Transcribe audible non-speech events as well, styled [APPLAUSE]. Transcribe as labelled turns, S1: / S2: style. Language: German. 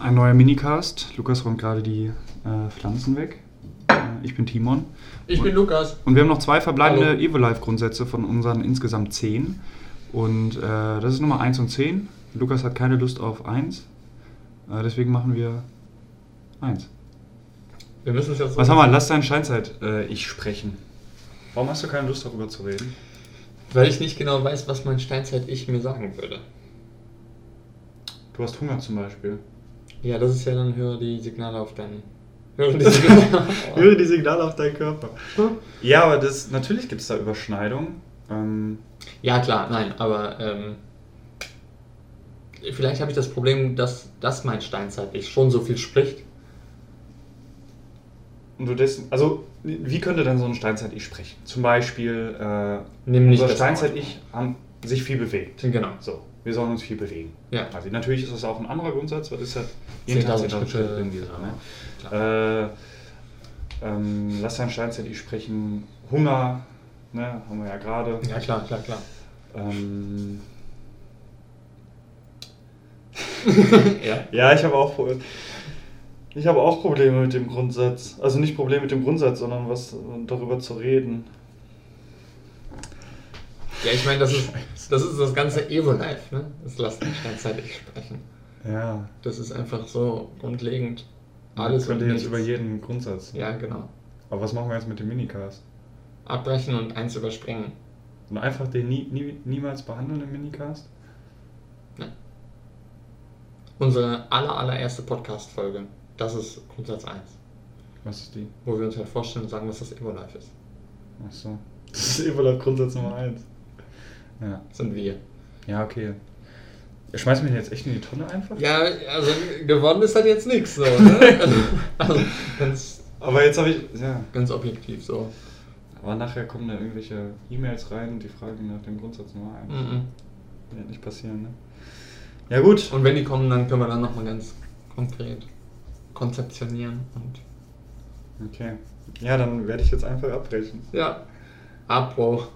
S1: ein neuer Minicast. Lukas räumt gerade die äh, Pflanzen weg. Äh, ich bin Timon.
S2: Ich bin Lukas.
S1: Und wir haben noch zwei verbleibende
S2: Hallo.
S1: Evolife-Grundsätze von unseren insgesamt zehn. Und äh, das ist Nummer 1 und 10. Lukas hat keine Lust auf 1. Äh, deswegen machen wir 1.
S2: Wir müssen es jetzt.
S1: Was haben wir? Lass deine Scheinzeit äh, ich sprechen. Warum hast du keine Lust darüber zu reden?
S2: Weil ich nicht genau weiß, was mein Steinzeit-Ich mir sagen würde.
S1: Du hast Hunger zum [LAUGHS] Beispiel.
S2: Ja, das ist ja dann höre die Signale auf deinen. Höre
S1: [LAUGHS]
S2: die Signale auf.
S1: Höre die Signale auf deinen Körper. Ja, aber das, natürlich gibt es da Überschneidungen. Ähm,
S2: Ja, klar, nein, aber ähm, vielleicht habe ich das Problem, dass, dass mein Steinzeit-Ich schon so viel spricht.
S1: und du dessen, also, wie könnte denn so ein Steinzeit-Ich sprechen? Zum Beispiel, äh,
S2: Nimm nicht
S1: unser
S2: das
S1: Steinzeit-Ich haben sich viel bewegt.
S2: Genau.
S1: So, wir sollen uns viel bewegen.
S2: Ja.
S1: Also, natürlich ist das auch ein anderer Grundsatz, weil das ist halt
S2: 10.000
S1: 10.000
S2: Schritte,
S1: irgendwie so.
S2: genau.
S1: Ne? Äh, ähm, lass dein Steinzeit-Ich sprechen. Hunger, ne, haben wir ja gerade.
S2: Ja, klar, klar,
S1: [LAUGHS]
S2: klar.
S1: Ähm,
S2: ja.
S1: Ja, ich habe auch, Pro- ich habe auch Probleme mit dem Grundsatz. Also nicht Probleme mit dem Grundsatz, sondern was darüber zu reden.
S2: Ja, ich meine, das ist, das ist das ganze Evo-Life, ne? Das lässt mich steinzeit-Ich sprechen.
S1: Ja.
S2: Das ist einfach so grundlegend. Alles
S1: könnte
S2: und
S1: jetzt
S2: nichts.
S1: über jeden Grundsatz.
S2: Ja, genau.
S1: Aber was machen wir jetzt mit dem Minicast?
S2: Abbrechen und eins überspringen.
S1: Und einfach den nie, nie, niemals behandelnden Minicast?
S2: Ne? Unsere aller, allererste Podcast-Folge. Das ist Grundsatz 1.
S1: Was ist die?
S2: Wo wir uns halt vorstellen und sagen, was das Evo-Life ist.
S1: Ach so. Das ist [LAUGHS] Evola Grundsatz Nummer 1. Ja.
S2: Das sind wir.
S1: Ja, okay. Schmeißt mich jetzt echt in die Tonne einfach?
S2: Ja, also gewonnen ist halt jetzt nichts, so, ne? Also, also ganz,
S1: Aber jetzt habe ich. Ja.
S2: ganz objektiv so.
S1: Aber nachher kommen da irgendwelche E-Mails rein und die fragen nach dem Grundsatz Nummer 1.
S2: Mhm.
S1: Wird nicht passieren, ne? Ja, gut.
S2: Und wenn die kommen, dann können wir dann nochmal ganz konkret konzeptionieren und
S1: Okay. Ja, dann werde ich jetzt einfach abbrechen.
S2: ja. Abbruch.